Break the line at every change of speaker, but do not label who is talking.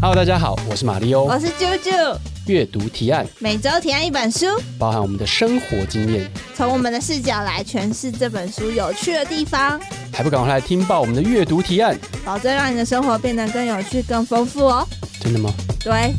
Hello，大家好，我是马里欧
我。是啾啾，
阅读提案
每周提案一本书，
包含我们的生活经验，
从我们的视角来诠释这本书有趣的地方，
还不赶快来听报我们的阅读提案？
保证让你的生活变得更有趣、更丰富哦。
真的吗？
对，